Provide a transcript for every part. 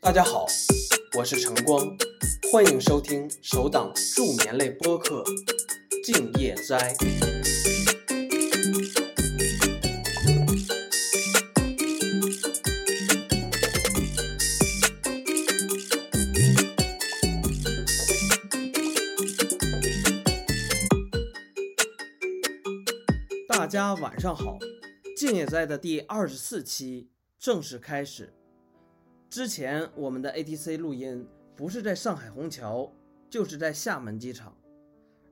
大家好，我是晨光，欢迎收听首档助眠类播客《静夜斋》。大家晚上好，《静夜斋》的第二十四期正式开始。之前我们的 ATC 录音不是在上海虹桥，就是在厦门机场，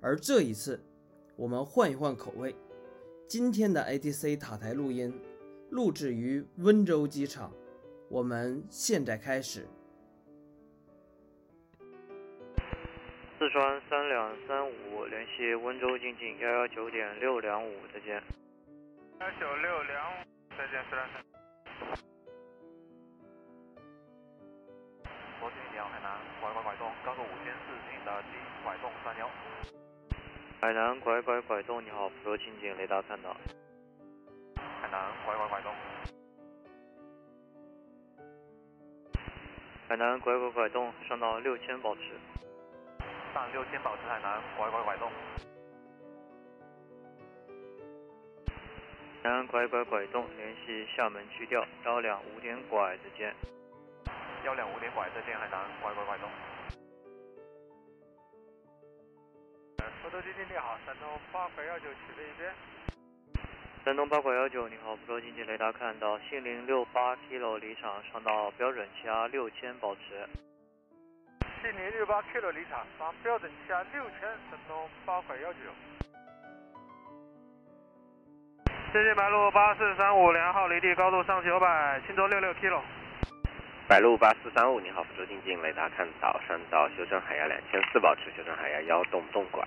而这一次我们换一换口味，今天的 ATC 塔台录音录制于温州机场，我们现在开始。四川三两三五联系温州静静幺幺九点六两五，再见。幺九六两五，再见，四川三。国境两海南拐拐拐动，高速五千四，请打击拐动三幺。海南拐拐拐动，你好，普州静静雷达看到。海南拐拐拐动，海南拐拐拐动，上到六千保持。上六千保持海南拐拐拐动，海南拐拐拐动，联系厦门区调幺两五点拐，再见。幺两五点拐再见海南拐拐拐动。呃福州经济你好，山东八拐幺九起飞一边，山东八拐幺九，你好，普州经济雷达看到，杏林六八 kilo 离场，上到标准气压六千保持。悉尼六八 kilo 离场，上标准气压六千，山东八拐幺九。天津白鹭八四三五梁浩离地高度上九百，青州六六 kilo。白鹭八四三五，你好，福州静静雷达看到，上到修正海压两千四保持，修正海压幺洞洞拐。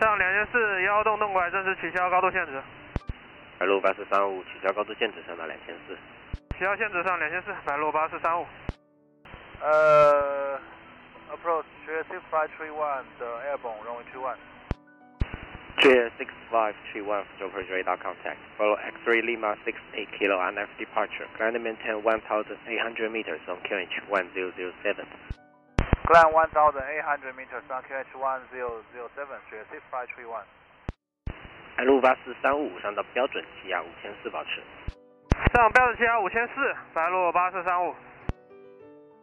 上两千四幺洞洞拐正式取消高度限制，白鹭八四三五取消高度限制，上到两千四。取消限制上两千四，白鹭八四三五。呃，approach three six five three one 的 airborne runway two one。 Clear six five three one Future Bridge radar contact. Follow X3 Lima six eight kilo RF departure. Climb maintain one thousand eight hundred meters on QH one zero zero seven. Climb 1,800 meters on QH 1007, Street 6531. 白鹭八四三五上到标准气压五千四保持。上标准气压五千四，白鹭八四三五。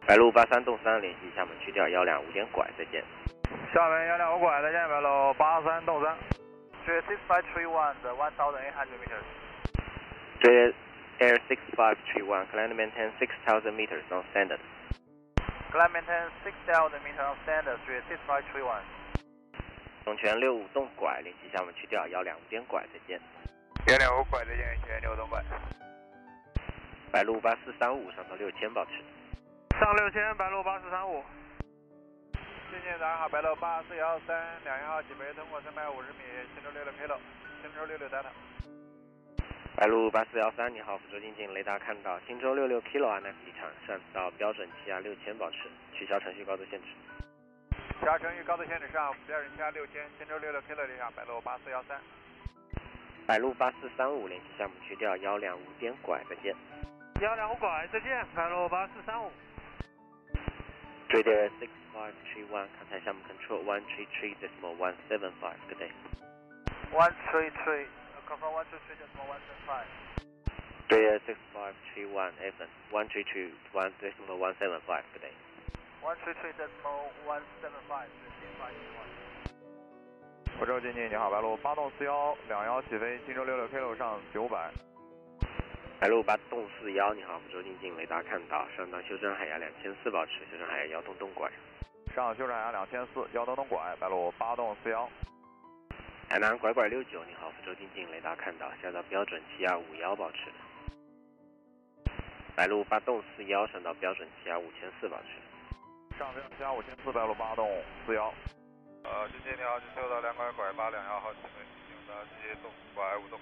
白鹭八三洞三联系厦门区调幺两五点拐，再见。厦门幺两五拐，再见，白鹭八三洞三。Street 6531 the 1,800 meters. Clear air six five three one. Climb maintain six thousand meters on standard. Climb maintain 6,000 meters on standard, Street 6531. 龙泉六五洞拐，联系厦门区调幺两五点拐，再见。幺两五拐，再见，全六洞拐。白鹭八四三五上到六千保持。上六千，白鹭八四三五。静静早上好，白鹭八四幺三，两幺号起飞，通过三百五十米，青州六六 K 六，青州六六 Delta。白鹭八四幺三，你好，福州静静雷达看到青州六六 kilo RF 离场，上到标准气压六千保持，取消程序高度限制。小程序高度限制上，标准气压六千，青州六六 K 六离场，白鹭八四幺三。白鹭八四三五联系项目区调幺两五点拐，再见。幺两五拐，再见，白鹭八四三五。 t r a d e r six five three one contact 项目 control one three three decimal one seven five good day。 One three three, confirm one two three decimal one seven five. t r a d e r six five three one even one three two one decimal one seven five good day。 One three three decimal one seven five, six five one. 福州静静你好，白鹭八栋四幺两幺起飞，青州六六 K 六上九百。白鹭八洞四幺，你好，福州静静雷达看到，上到修正海压两千四保持，修正海压幺洞洞拐。上修正海南两千四幺东东拐，白鹭八栋四幺。海南拐拐六九，你好，福州静静雷达看到，下到标准气压五幺保持。白鹭八栋四幺上到标准气压五千四保持。上标准气压五千四，白鹭八栋四幺。呃，今天你好，收到两拐拐八两幺号起飞，请到直接动拐五动。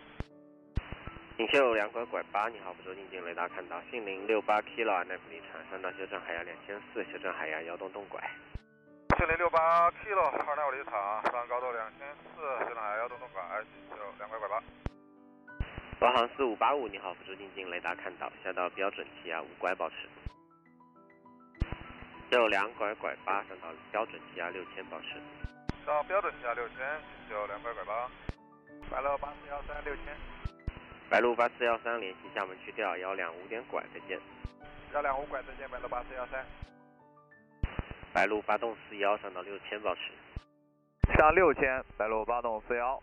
锦绣两拐拐八，你好，福州静静雷达看到，杏林六八 kilo NF 离场，上到修正海压两千四，修正海压幺洞洞拐。四零六八 kilo 二点五离场，上高度两千四，现在幺洞洞拐，就两拐拐八。国航四五八五，你好，福州静静雷达看到，下到标准气压五拐保持。右两拐拐八，上到标准气压六千保持。到标准气压六千，九两拐拐八，白鹭八四幺三六千，白鹭八四幺三联系厦门区调幺两五点拐，再见。幺两五拐再见，白鹭八四幺三，白鹭八栋四幺上到六千保持。上六千，白鹭八栋四幺，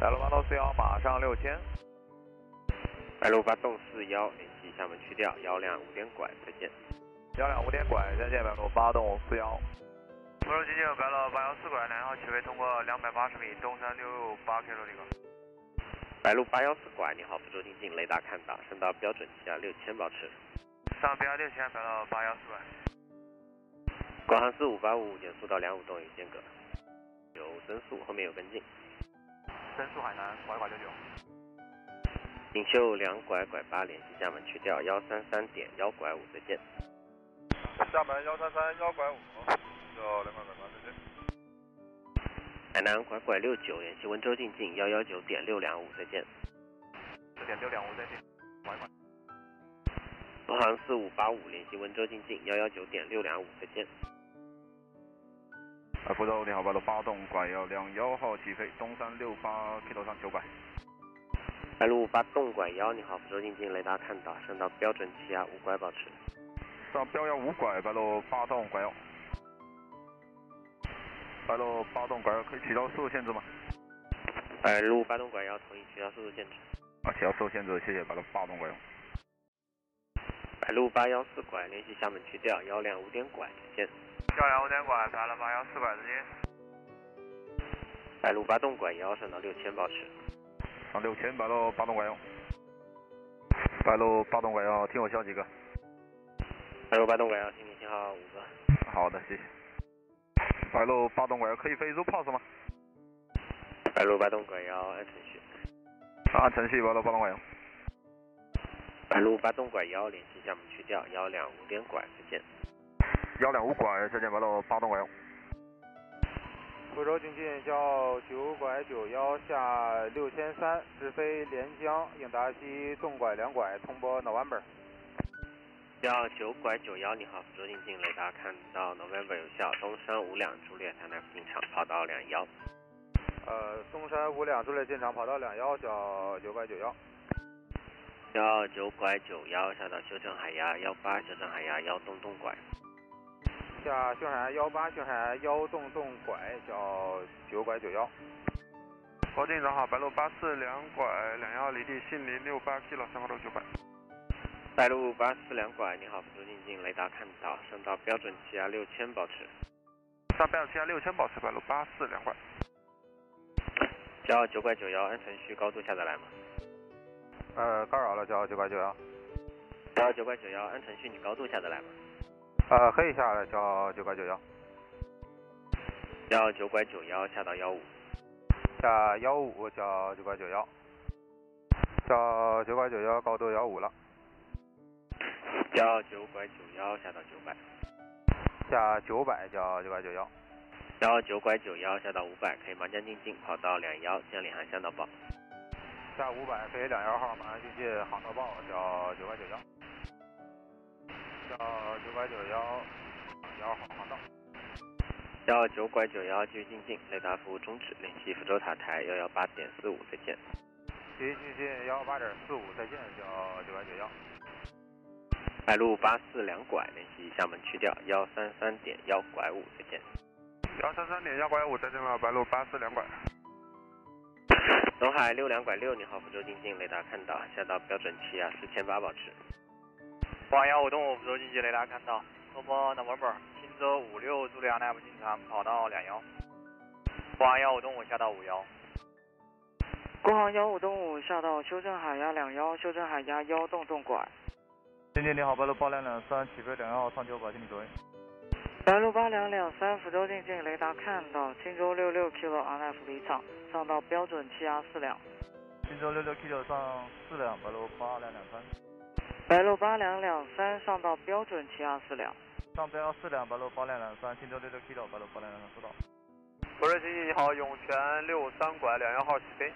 白鹭八栋四幺马上六千，白鹭八栋四幺联系厦门区调幺两五点拐，再见。幺两五点拐再见，白鹭八栋四幺。福州机警白鹭八幺四拐，南号起飞通过两百八十米东三六八 K 路离港。白鹭八幺四拐，你好，福州经济雷达看到，升到标准气压六千保持。上标六千，白鹭八幺四拐。广航四五八五减速到两五栋有间隔，有增速，后面有跟进。深速海南拐拐九九。锦绣两拐拐八联系厦门区调幺三三点幺拐五，再见。厦门幺三三幺拐五，九两拐拐八再见。海南拐拐六九联系温州进近幺幺九点六两五，再见。四点六两五再见，拐拐。国航四五八五联系温州进近幺幺九点六两五，再见。呃，福州你好，白鹭八栋拐幺两幺号起飞，东三六八 K 头上九拐，白鹭八栋拐幺，你好，福州进近雷达看到，升到标准气压五拐保持。上标幺五拐，白鹭八栋拐幺，白鹭八栋拐幺可以起到速度限制吗？白鹭八栋拐幺同意取消速度限制。啊，起到速度限制，谢谢白鹭八栋拐幺。白鹭八幺四拐联系厦门区调幺两五点拐，再见。幺两五点拐，白鹭八幺四拐再见。白鹭八栋拐幺升到六千保持。上六千，白鹭八栋拐幺，白鹭八栋拐幺，听我消息哥。白鹭八栋拐幺，请你信号五个。好的，谢谢。白鹭八栋拐幺可以飞 Zoopass 吗？白鹭八栋拐幺按程序。啊，程序白鹭八栋拐幺。白鹭八栋拐幺联系厦门区调幺两五点拐，再见。幺两五拐，再见，白鹭八栋拐幺。福州经济叫九拐九幺下六千三，直飞连江应答西纵拐两拐，通波 November。幺九拐九幺，你好，福州进近雷达看到 November 有效，东山五两朱列台南附近场跑道两幺。呃，松山五两助列进场跑道两幺小九拐九幺。幺九拐九幺下到修正海压幺八，修正海压幺东东拐。下星海幺八，星海幺洞洞拐叫九拐九幺。高进长好，白鹭八四两拐两幺离地杏林六八 K 了，三个六九拐。白鹭八四两拐，你好，福州进近雷达看到，升到标准气压六千保持。上标七幺六千保持白鹭八四两拐。幺九拐九幺，按程序高度下得来吗？呃，干扰了叫九拐九幺。幺九拐九幺，按程序你高度下得来吗？呃，可以下来叫九拐九幺。幺九拐九幺下到幺五。下幺五叫九拐九幺。叫九拐九幺高度幺五了，幺九拐九幺下到九百，下九百叫九拐九幺。幺九拐九幺下到五百，可以麻将进近跑道两幺，向领航向导报。下五百飞两幺号，马上进近航道报，叫九拐九幺，叫九拐九幺幺号航道。幺九拐九幺继续进近，雷达服务终止，联系福州塔台幺幺八点四五，再见。继续进近幺八点四五，再见，叫九拐九幺。白鹭八四两拐，联系厦门区调幺三三点幺拐五，再见。幺三三点幺拐五，再见了，白鹭八四两拐。东海六两拐六，你好，福州进近雷达看到，下到标准气压四千八保持。广幺五动五福州经济雷达看到，东波 November，新州五六助力阿奈姆进场跑道两幺，广幺五动五下到五幺，国航幺五东五下到修正海压两幺，修正海压幺洞洞拐。经济你好，白鹭八两两三起飞两幺号上九拐，请你左右。白鹭八两两三福州进近雷达看到，青州六六 kilo RF 离场，上到标准气压四两。荆州六六 K 九上四两，白鹭八两两三。白鹭八两两三上到标准气压四两。上标四两，白鹭八两两三，荆州六六 K 九，白鹭八两两三，知道。福州经济你好，涌泉六三拐两幺号起飞。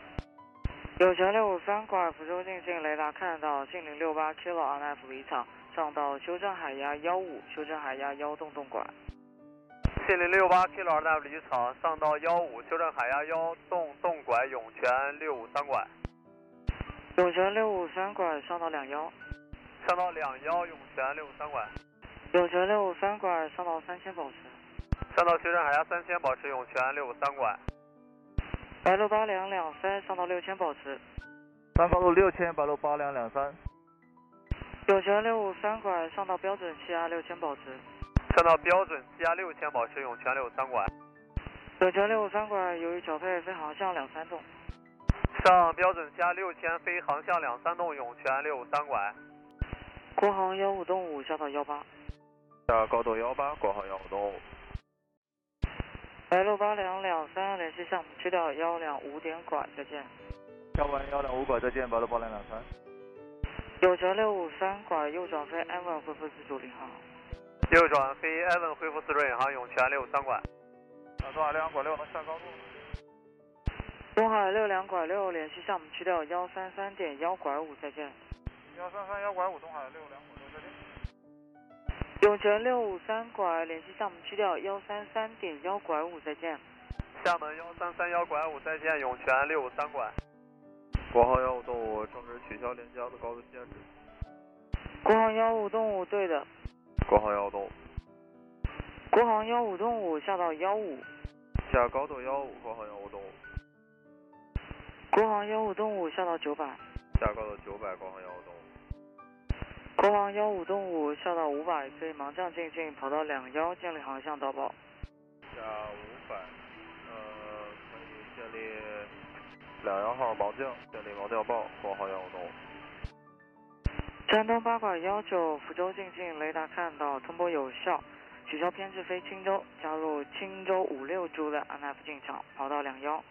九泉六五三挂耳福州进近雷达看到近零六八 kilo on F 离场，上到修正海压幺五，修正海压幺洞洞拐。近零六八 K 老二大离场，上到幺五，修正海压幺洞洞拐涌泉六五三拐，九泉六五三拐上到两幺，上到两幺涌泉六五三拐，九泉六五三拐上到三千保持。上到修正海压三千，保持涌泉六五三拐。白鹭八两两三上到六千保持。南方路六千，白鹭八两两三，九泉六五三拐上到标准气压六千保持。上到标准气压六千，保持涌泉六三拐。九泉六五三拐由于桥配飞航向两三洞。上标准气压六千，飞航向两三栋涌泉六五三拐。国航幺五洞五下到幺八。下呃高度幺八，国航幺五东五，白鹭八两两三联系项目去掉幺两五点拐再见。要不然幺两五拐再见，白鹭八两两三，九泉六五三拐右转飞 M 恢复自主领航。右转飞艾文恢复自主领航，涌泉六三拐。啊，东海六两拐六，下高度。东海六两拐六联系项目去掉幺三三点幺拐五再见。幺三三幺拐五，东海六两拐六，再见。涌泉六五三拐联系项目去掉幺三三点幺拐五再见。厦门幺三三幺拐五再见，涌泉六五三拐。国航幺五东五，正式取消连接幺的高度限制。国航幺五洞五对的，国航幺五东五，国航幺五洞五下到幺五，下高度幺五，国航幺五东五，国航幺五洞五下到九百，下高度九百，国航幺五东五，国航幺五洞五下到五百，可以盲降进近跑到两幺建立航向导报。下五百，呃，可以建立两幺号盲降，建立盲降报，国航幺五东五。山东八拐幺九福州进近雷达看到通波有效，取消偏置飞青州，加入青州五六株的 NF 进场，跑道两幺。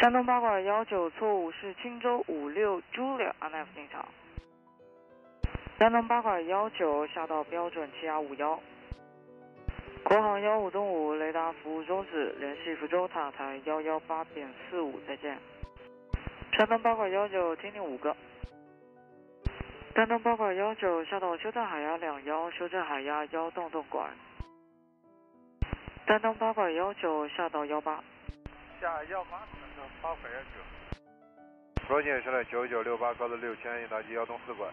山东八拐幺九错误是青州五六株的 NF 进场。山东八拐幺九下到标准气压五幺。国航幺五东五雷达服务终止，联系福州塔台幺幺八点四五，再见。山东八拐幺九听听五个。山东八拐幺九下到修正海压两幺，修正海压幺洞洞拐。山东八拐幺九下到幺八，下幺八，山东八拐幺九。福州进深圳九九六八，高度六千，应答机幺东四拐，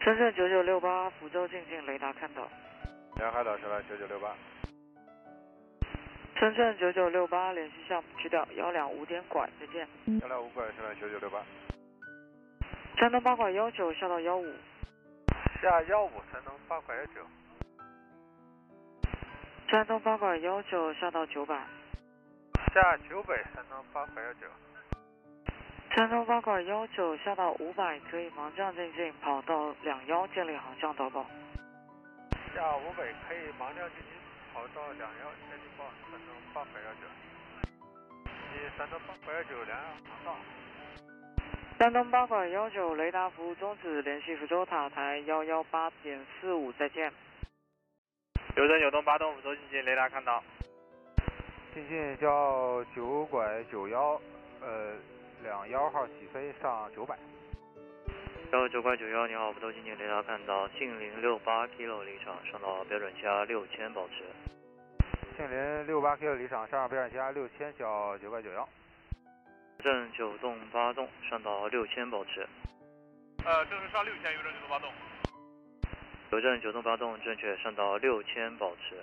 深圳九九六八，福州进近雷达看到。沿海岛深圳九九六八，深圳九九六八联系项目去掉幺两五点拐，再见。幺两五拐深圳九九六八，山东八拐幺九下到幺五，下幺五，山东八拐幺九。山东八拐幺九下到九百，下九北，山东八拐幺九。山东八拐幺九下到五百，可以盲降进近跑到两幺建立航向导报。下五北可以盲降进近，跑到两幺千里报，山东八拐幺九。一山东八拐幺九，两幺航道。山东八拐幺九雷达服务终止，联系福州塔台幺幺八点四五，再见。九三九东八东，福州进近雷达看到。进近叫九拐九幺，呃，两幺号起飞上九百，幺九拐九幺，你好，福州经济雷达看到近零六八 kilo 离场，上到标准气压六千保持。庆林六八 Q 离场上标准加六千叫九拐九幺，正九栋八栋，上到六千保持。呃，正式上六千，有正九东八栋。九正九栋八栋正确，上到六千保持。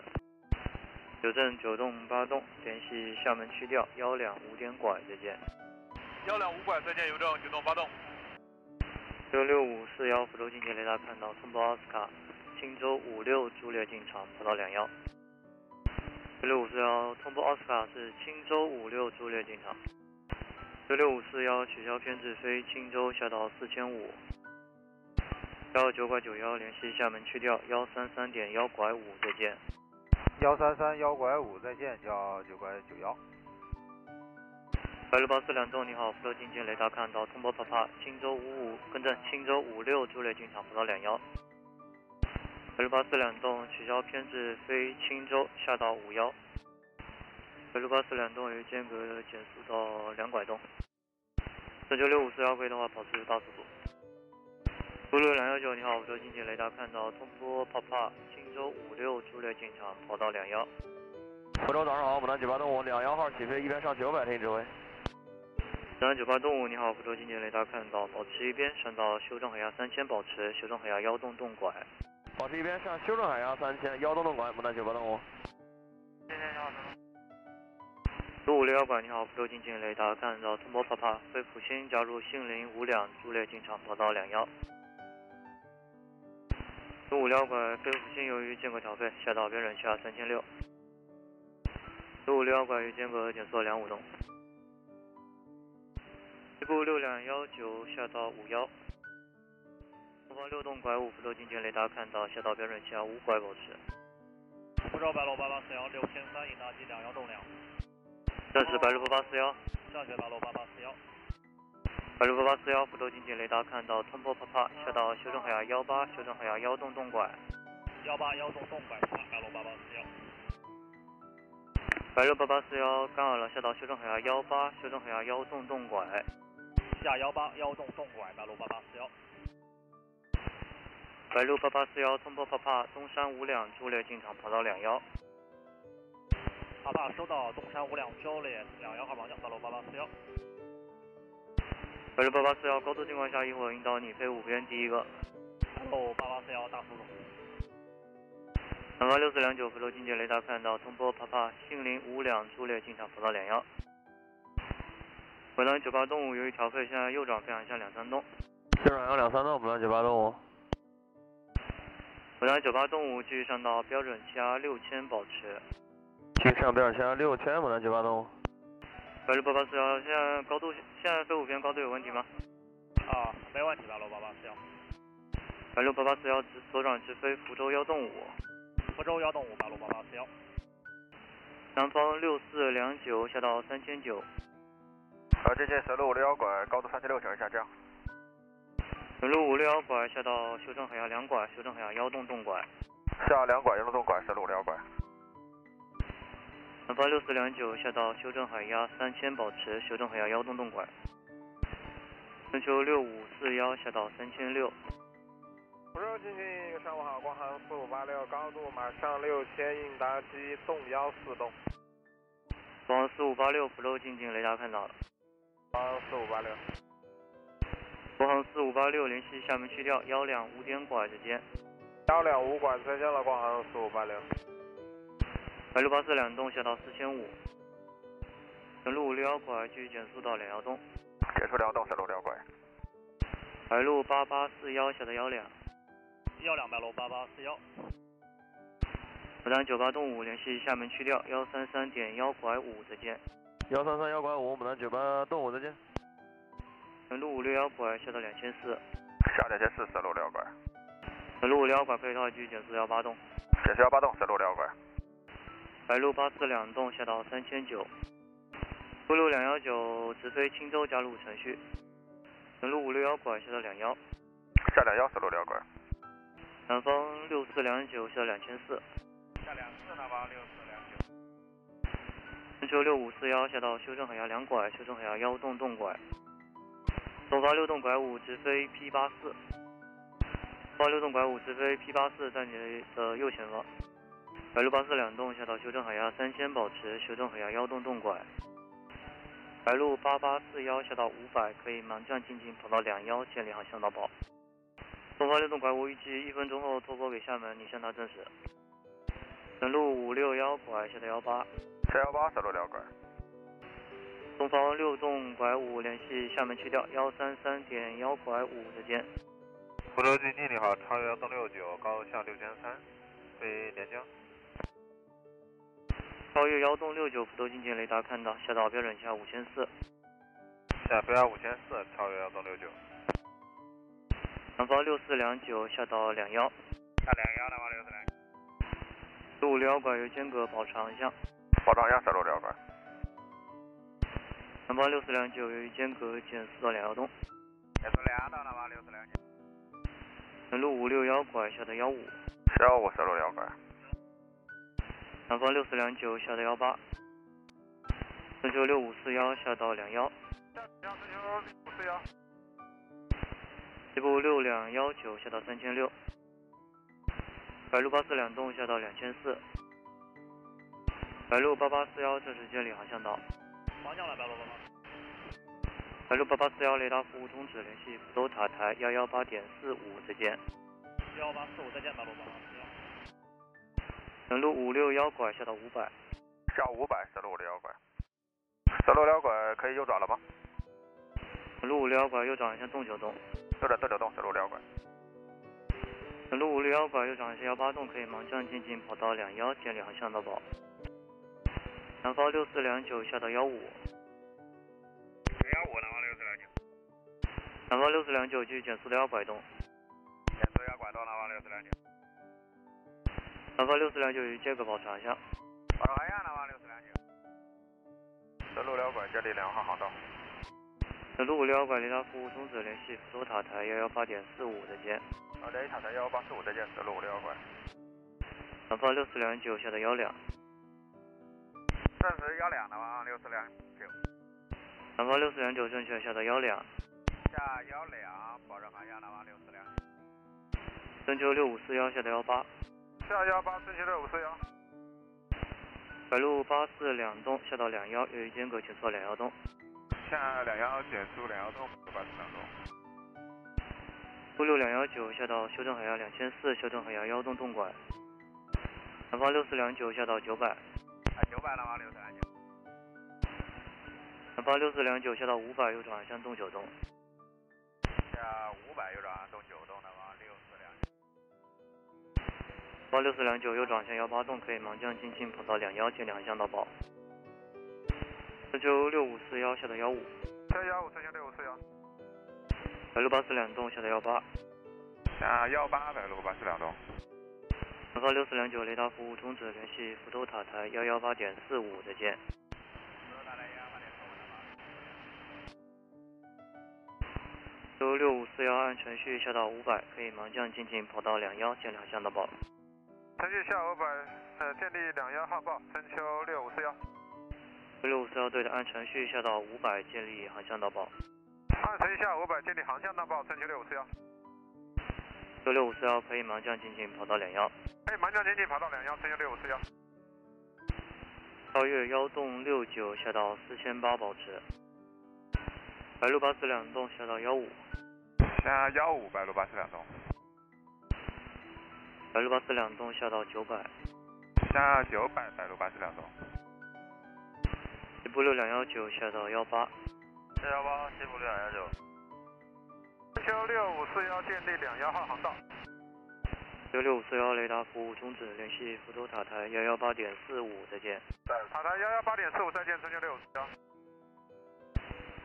九正九栋八栋，联系厦门区调幺两五点拐，再见。幺两五拐，再见，邮政九栋八栋。六六五四幺，福州经济雷达看到通报奥斯卡，青州五六朱列进场，跑道两幺。六六五四幺，通报奥斯卡是青州五六朱列进场。六六五四幺，取消偏置飞青州下到四千五。幺九拐九幺，联系厦门去掉幺三三点幺拐五，再见。幺三三幺拐五再见叫九拐九幺，白鹭八四两栋，你好，福州经济雷达看到通报啪啪，青州五五更正，青州五六朱列进场，跑道两幺。白鹭八四两栋取消偏置飞青州下到五幺。白鹭八四两栋由间隔减速到两拐洞。四九六五四幺归东话跑速大速度。福路两幺九，你好，我是经济雷达看到通波帕帕，青州五六朱列进场，跑道两幺。福州早上好，牡丹九八动物两幺号起飞，一边上九百，听指挥。两九八动物，你好，福州经济雷达看到，保持一边上到修正海压三千，保持修正海压幺洞洞拐。保持一边上修正海压三千，幺洞洞哦拐，牡丹九八动物。谢谢你好，九五六幺拐，你好，福州经济雷达看到通波帕帕，飞普星加入杏林五两朱列进场，跑道两幺。九五六幺拐，飞普星由于间隔调配，下到标准下三千六。九五六幺拐于间隔减速两五栋。西部六两幺九下到五幺。东方六栋拐五，福州进近雷达看到，下到标准下五拐保持。福州白鹭八八四幺六千三引大机两幺栋两，暂时白鹭八八四幺，上学白鹭八八四幺，白鹭八八四幺，福州进近雷达看到通波啪啪，下到修正海峡幺八，修正海峡幺洞洞拐。啊幺八幺栋洞拐白鹭八八四幺，白鹭八八四幺干扰了，下到修正海峡幺八，修正海峡幺洞洞拐。下幺八幺栋洞拐白鹭八八四幺，白鹭八八四幺通波啪啪，东山五两朱列进场跑道两幺。阿爸收到东山五两交列两幺号盲降白鹭八八四幺，白鹭八八四幺高速情况下，一会儿引导你飞五边第一个。白鹭八八四幺大速度，南方六四两九福州经济雷达看到通波啪啪，杏林五两朱列进场跑道两幺。回南九八动物由于调配，现在右转飞航向两三栋。修正海压两三栋，牡丹九八动物。回南九八动物继续上到标准气压六千保持。请上标准线六千，牡丹九八动物。白鹭八八四幺现在高度现在飞五边高度有问题吗？啊，没问题白鹭八八四幺，白鹭八八四幺直左转直飞福州幺洞五。福州幺栋五白鹭八八四幺，南方六四两九下到三千九，呃，这些随路五六幺拐，高度三千六，请示下降。北路五六幺拐下到修正海峡两拐，修正海峡幺洞洞拐。下两拐，幺路洞拐，随路五六幺拐。南方六四两九下到修正海压三千，保持修正海压幺洞洞拐。春秋六五四幺下到三千六，福州进近上午好，国航四五八六，高度马上六千，应答机动幺四栋，广四五八六 Pro 进近雷达看到了，国航四五八六，国航四五八六联系厦门区调幺两五点拐之间，幺两五管再见了，国航四五八六，白鹭八四两栋下到四千五，成路五六幺拐继续减速到两幺栋，结束两栋，随路六幺拐。白鹭八八四幺下到幺两。幺两白鹭八八四幺，牡丹九八动五联系厦门区调幺三三点幺拐五，再见。幺三三幺拐五，牡丹九八动物再见。成都五六幺拐下到两千四，下两千四，随路六幺拐。成都五六幺拐配套继续减速幺八栋，减速幺八栋，随路六幺拐。白鹭八四两栋下到三千九，陆路两幺九直飞青州加入程序，成都五六幺拐下到两幺，下两幺，随路六幺拐。南方六四两九下到两千四，下两次，南方六四两九。春秋六五四幺下到修正海峡两拐，修正海峡幺洞洞拐，东方六洞拐五直飞 P 八四，东方六洞拐五直飞 P 八四在你的右前方，白鹭八四两洞下到修正海峡三千，保持修正海峡幺洞洞拐，白鹭八八四幺下到五百可以盲降进近跑到两幺千里航向导跑，东方六洞拐五预计一分钟后脱拨给厦门，你向他证实。南路五六幺拐下到幺八。下幺八，随路六幺拐。东方六栋拐五联系厦门区调幺三三点幺拐五之间，福州进近你好，超越幺洞六九，高向六千三，飞连江。超越幺栋六九福州进近雷达看到，下到标准下五千四。下飞压五千四，超越幺洞六九。南方六四两九下到两幺，下两幺，南方六四两九。六五六幺拐由间隔跑长向，保障幺，随路六幺拐。南方六四两九由于间隔减速到两幺栋，减速两到南方六四两九。南路五六幺拐下到幺五，下幺五，随路六幺拐。南方六四两九下到幺八，春秋六五四幺下到两幺，下向飞行中五四幺，西部六两幺九下到三千六，白鹭八四两栋下到两千四，白鹭八八四幺这是接里航向导，方向来白鹭八八。白鹭八八四幺雷达服务终止，联系福州塔台幺幺八点四五，再见。幺八四五，再见，白鹭八八。南路五六幺拐下到五百，下五百，三六五六幺拐，三六五六幺拐可以右转了吗？南路五六幺拐右转向洞九洞，右转对角洞，三六五六幺拐。南路五六幺拐右转向幺八洞，可以盲降进近跑道两幺，接里航向导宝。南方六四两九下到幺五，零幺五南方六四零九，南方六四两九继续减速到幺拐洞，减速幺拐洞南方六四零九，南方六四两九与接口保持航向。保航向南方六四零九。三六五六幺拐接力两号航道，南路五六幺拐雷达服务终止，联系福州塔台幺幺八点四五，再见。呃，联系塔台幺幺八四五再见，三六五六幺拐。南方六四两九下到幺两，暂时幺两南方六四零九，南方六四两九正确下到幺两，下幺两保证航向南方六四零九。深秋六五四幺下到幺八，下幺八四七六五四幺，白鹭八四两栋下到两幺，由于间隔请错两幺栋。下两幺减速两幺洞九八四两洞。路六两幺九下到修正海洋两千四，修正海洋幺洞洞管。南方六四两九下到九百，啊，九百南方六四零九，南方六四两九下到五百，右转向洞九洞。下五百右转洞九洞南方六四零九。南方六四两九右转向幺八洞，可以盲降进近跑道两幺，接两向到宝。深秋六五四幺下到幺五，下幺五四零六五四幺，白鹭八四两栋下到幺八，下幺八百路八四两洞。南方六四两九雷达服务终止，联系福州塔台幺幺八点四五，再见。周六五四幺按程序下到五百，可以盲降进近跑道两幺，接两向到宝。程序下五百，呃，建立两幺号报，深秋六五四幺。周六五四幺对的按程序下到五百，建立航向到宝。按程序下五百，建立航向大报，深秋六五四幺。周六五四幺可以盲降进近跑道两幺，哎，满江前进跑道两幺，深秋六五四幺。超越幺洞六九下到四千八保持。白鹭八四两栋下到幺五，下幺五白路八四两洞，白鹭八四两栋下到九百。下九百白路八四两洞。一部六两幺九下到幺八，四幺八西部六两幺九，深秋六五四幺建立两幺号航道，六六五四幺雷达服务终止，联系福州塔台幺幺八点四五，再见。塔台幺幺八点四五再见，深秋六五四幺。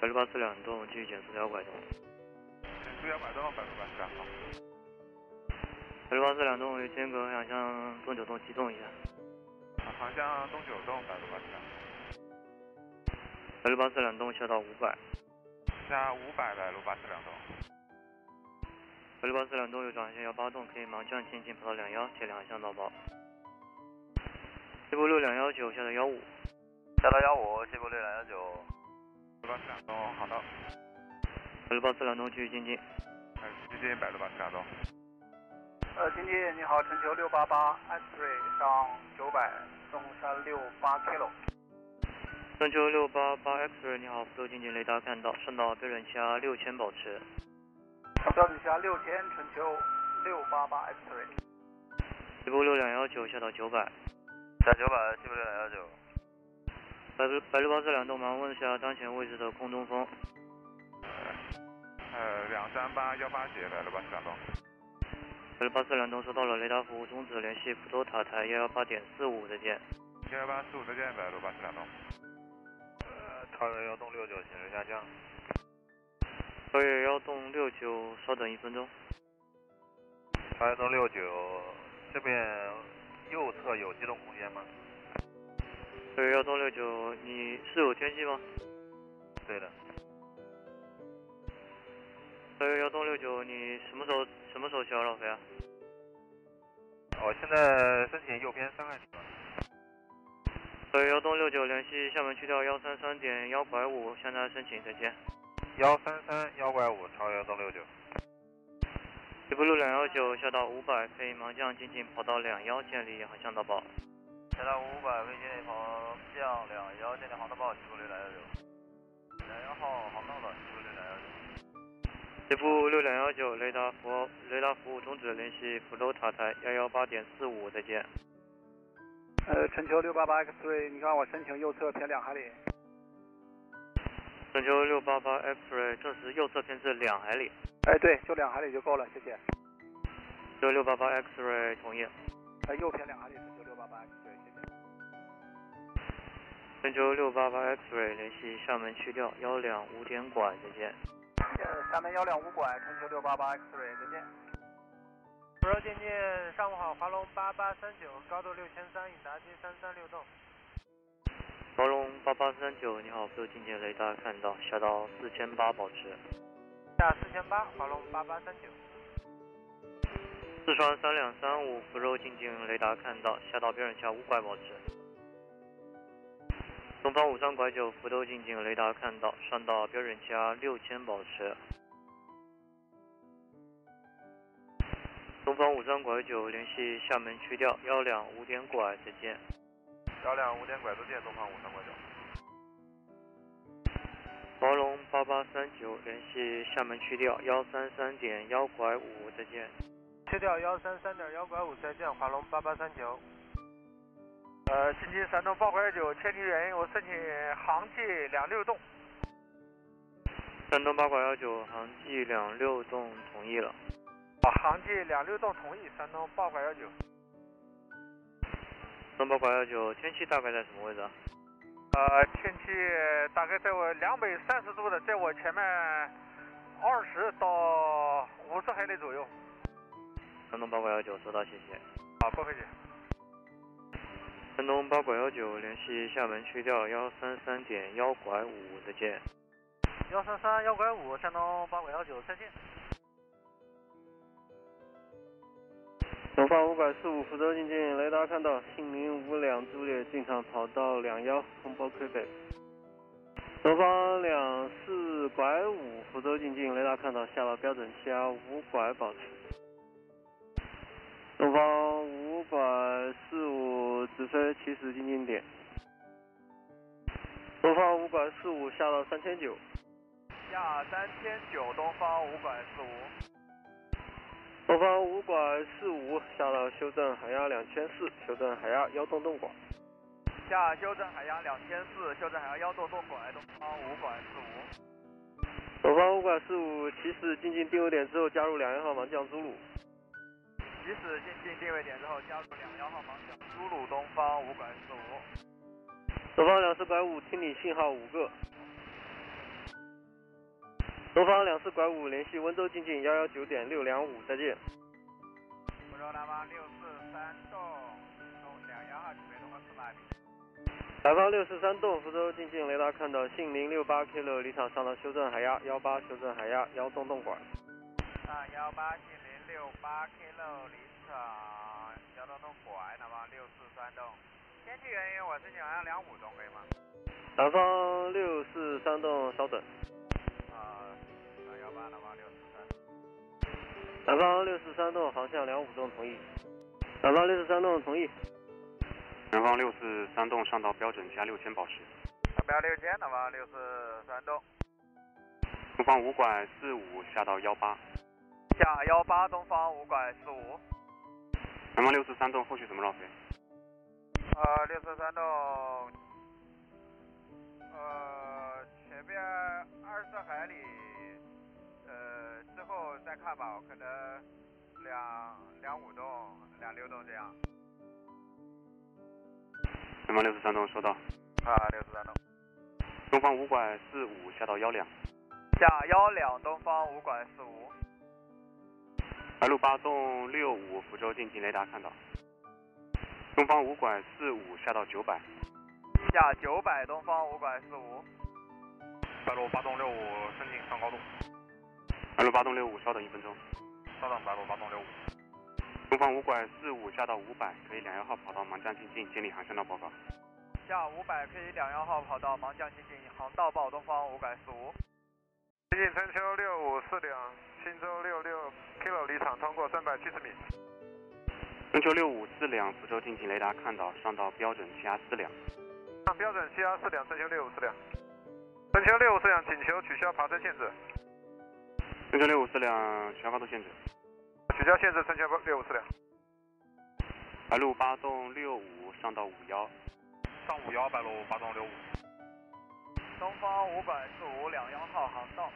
白鹭八四两栋继续减速幺拐洞，四幺百多白路八四两洞。白鹭八四两栋为间隔两向东九洞机动一下。航向东九洞白路八四两洞，白鹭八四两栋下到五百，下五百白路八四两洞。白鹭八四两栋右转向幺八洞，可以盲降进近跑道两幺，接两向到宝。西部六两幺九下到幺五，下到幺五西部六两幺九，白路八四两洞航道，白鹭八四两栋继续进近，呃，接近白路八四两洞。呃，经济你好，全球六八八 X-ray 上九百，东山六八 kilo。深秋六八八 X-ray 你好，福州经济雷达看到，上到标准气压六千保持。标准下六千，全球六八八 X-ray。西部六两幺九下到九百，下九百西部六两幺九，白鹭白鹭八四两栋忙问下当前位置的空中风，呃，两三八幺八节白路八四两洞。白鹭八四两栋收到了雷达服务终止，联系福州塔台幺幺八点四五，再见。幺幺八四五再见白路八四两洞。呃，超越幺洞六九行驶下降，超越幺洞六九，稍等一分钟。超越洞六九这边右侧有机动空间吗？超越幺洞六九，你是有天气吗？对的，超越幺洞六九，你什么时候什么时候需要绕飞啊？哦我现在申请右边三个地方，北幺东六九联系厦门区调幺三三点幺拐五，向他申请，再见。幺三三幺拐五朝阳东六九。西部路两幺九下到五百，可以盲降进近跑道两幺，建立航向导报。下到五百，未建立航向两幺，建立航道报，西部六两幺九。两幺号航道的西部六两幺九。西部六两幺九雷达服雷达服务终止，联系福州塔台幺幺八点四五，再见。呃，全球六八八 X-ray，你看我申请右侧偏两海里，春秋六八八 X-ray 证实右侧偏置两海里，哎，对，就两海里就够了，谢谢。春秋六八八 X-ray 同意。呃，右偏两海里，全球六八八 X-ray，谢谢。春秋六八八 X-ray 联系厦门区调幺两五点拐，再见。呃，厦门幺两五拐，全球六八八 X-ray，再见。福州进近，上午好，华龙八八三九，高度六千三，已达机三三六栋。华龙八八三九，你好，不进近雷达看到，下到四千八保持。下四千八，华龙八八三九。四川三两三五，福州进近雷达看到，下到标准下五拐保持。东方五三拐九，福州进近雷达看到，上到标准加六千保持。东方五三拐九，联系厦门区调幺两五点拐，再见。幺两五点拐都见东方五三拐九。华龙八八三九，联系厦门区调幺三三点幺拐五，再见。切掉幺三三点幺拐五，再见，华龙八八三九。呃，近期山东八拐九，天气原因，我申请航迹两六栋。山东八拐幺九，航迹两六栋同意了。啊，航迹两六栋同意，山东八拐幺九。东八拐幺九，天气大概在什么位置啊？呃，天气大概在我两百三十度的，在我前面二十到五十海里左右。山东八拐幺九，收到，谢谢。啊，不客气。山东八拐幺九，联系厦门区调幺三三点幺拐五，再见。幺三三幺拐五，山东八拐幺九，再见。东方五拐四五，福州进近雷达看到，姓名五两朱列进场跑道两幺，通报 q u 东方两四拐五，福州进近雷达看到，下到标准加五拐保持。东方五拐四五直飞起始进近点。东方五拐四五下到三千九。下三千九，东方五拐四五。东方五拐四五下到修正海压两千四，修正海压幺洞洞拐。下修正海洋两千四，修正海洋幺洞洞拐，东方五拐四五。东方五拐四五起始进近定位点之后，加入两幺号盲降朱鲁。即使进近定位点之后，加入两幺号盲向输入东方五拐四五。东方两四拐五听你信号五个。东方两四拐五联系温州进近幺幺九点六两五，再见。福州南方六四三栋，东两幺号指北东方四百米。南方六四三栋，福州进近雷达看到姓名六八 kilo 离场上到修正海压幺八，修正海压幺洞洞拐。啊，幺八七零六八 kilo 离场，交通东拐，南方六四三栋。天气原因，我申请好像两五栋，可以吗？南方六四三栋稍等。啊，啊幺八南方六四三。南方六四三栋航向两五栋同意。南方六四三栋同意。南方六四三栋上到标准加六千保持。上标六千，南方六四三栋。东方五拐四五下到幺八。下幺八东方五拐四五。南方六四三栋后续怎么绕飞？呃，六四三栋，呃，前面二十海里，呃，之后再看吧，我可能两两五栋、两六栋这样。南方六四三栋收到。啊，六四三栋。东方五拐四五下到幺两。下幺两东方五拐四五。白鹭八栋六五福州近近雷达看到。东方五拐四五下到九百。下九百东方五拐四五。白鹭八栋六五申请上高度。白鹭八栋六五稍等一分钟。稍等，白鹭八栋六五。东方五拐四五下到五百，可以两幺号跑道盲降进近，建立航向道报告。向五百 K 两幺号跑道盲降行进，航道报东方五百四五。接近春秋六五四两，青州六六 kilo 离场，通过三百七十米。春秋六五四两，福州近近雷达看到上到标准气压四两。上标准气压四两，春秋六五四两。春秋六五四两，请求取消爬升限制。春秋六五四两，取消高度限制。取消限制，春秋六五四两。白鹭八栋六五上到五幺。上五幺，白鹭八栋六五。东方五百四五两幺号航道，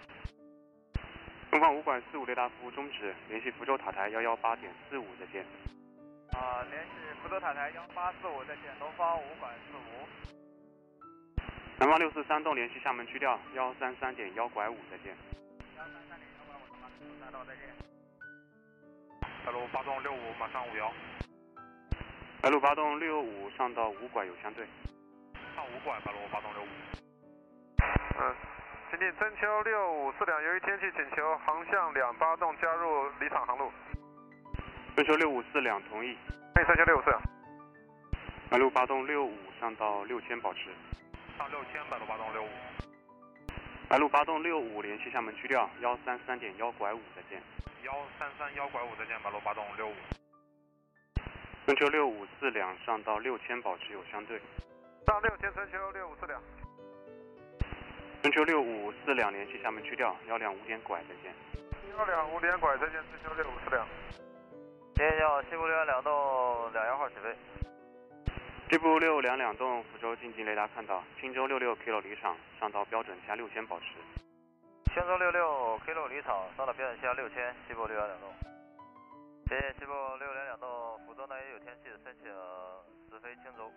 东方五馆四五雷达服务终止，联系福州塔台幺幺八点四五，再见。啊、联系福州塔台幺八四五，再见，东方五百四五。南方六四三栋联系厦门区调幺三三点幺拐五，再见。幺三三零幺八五八四三道，再见。白鹭八栋六五，马上五幺。白鹭八栋六五上到五拐有相对。上五馆，白鹭八栋六五。嗯，请进春秋六五四两，由于天气请求航向两八栋加入离场航路。春秋六五四两同意。欢迎春秋六五四两，白鹭八栋六五上到六千保持。上六千，白鹭八栋六五。白鹭八栋六五联系厦门区调幺三三点幺拐五，再见。幺三三幺拐五，再见，白鹭八栋六五。春秋六五四两上到六千保持有相对。上六千，春秋六五四两。春秋六五四两联系厦门区调幺两五点拐，再见。幺两五点拐，再见，春秋六五四两。接叫西部六幺两栋两幺号起飞。西部六两两栋福州近近雷达看到，青州六六 kilo 离场，上到标准加六千保持。青州六六 K 六离场，上到标准气压六千，西部六幺两栋。嗯谢谢西部六幺两栋，福州那也有天气，申请直飞青州。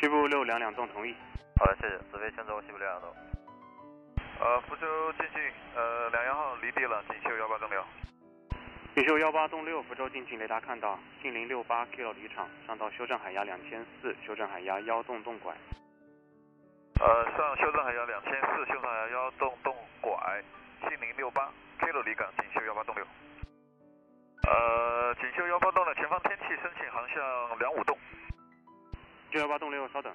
西部六两两栋同意。啊好的，谢谢，直飞青州西部六幺两栋。呃，福州进近，呃，两幺号离地了，锦绣幺八栋六。锦绣幺八栋六福州近近雷达看到，近零六八 kilo 离场，上到修正海压两千四，修正海压幺洞洞拐。呃，上修正海幺两千四，修正海幺洞洞拐，信零六八 kilo 离港，锦绣幺八栋六。呃，锦绣幺八栋的前方天气申请航向两五栋。九幺八栋六稍等。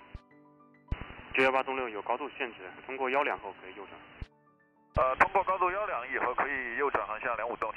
九幺八栋六有高度限制，通过幺两后可以右转。呃，通过高度幺两以后，可以右转航向两五栋。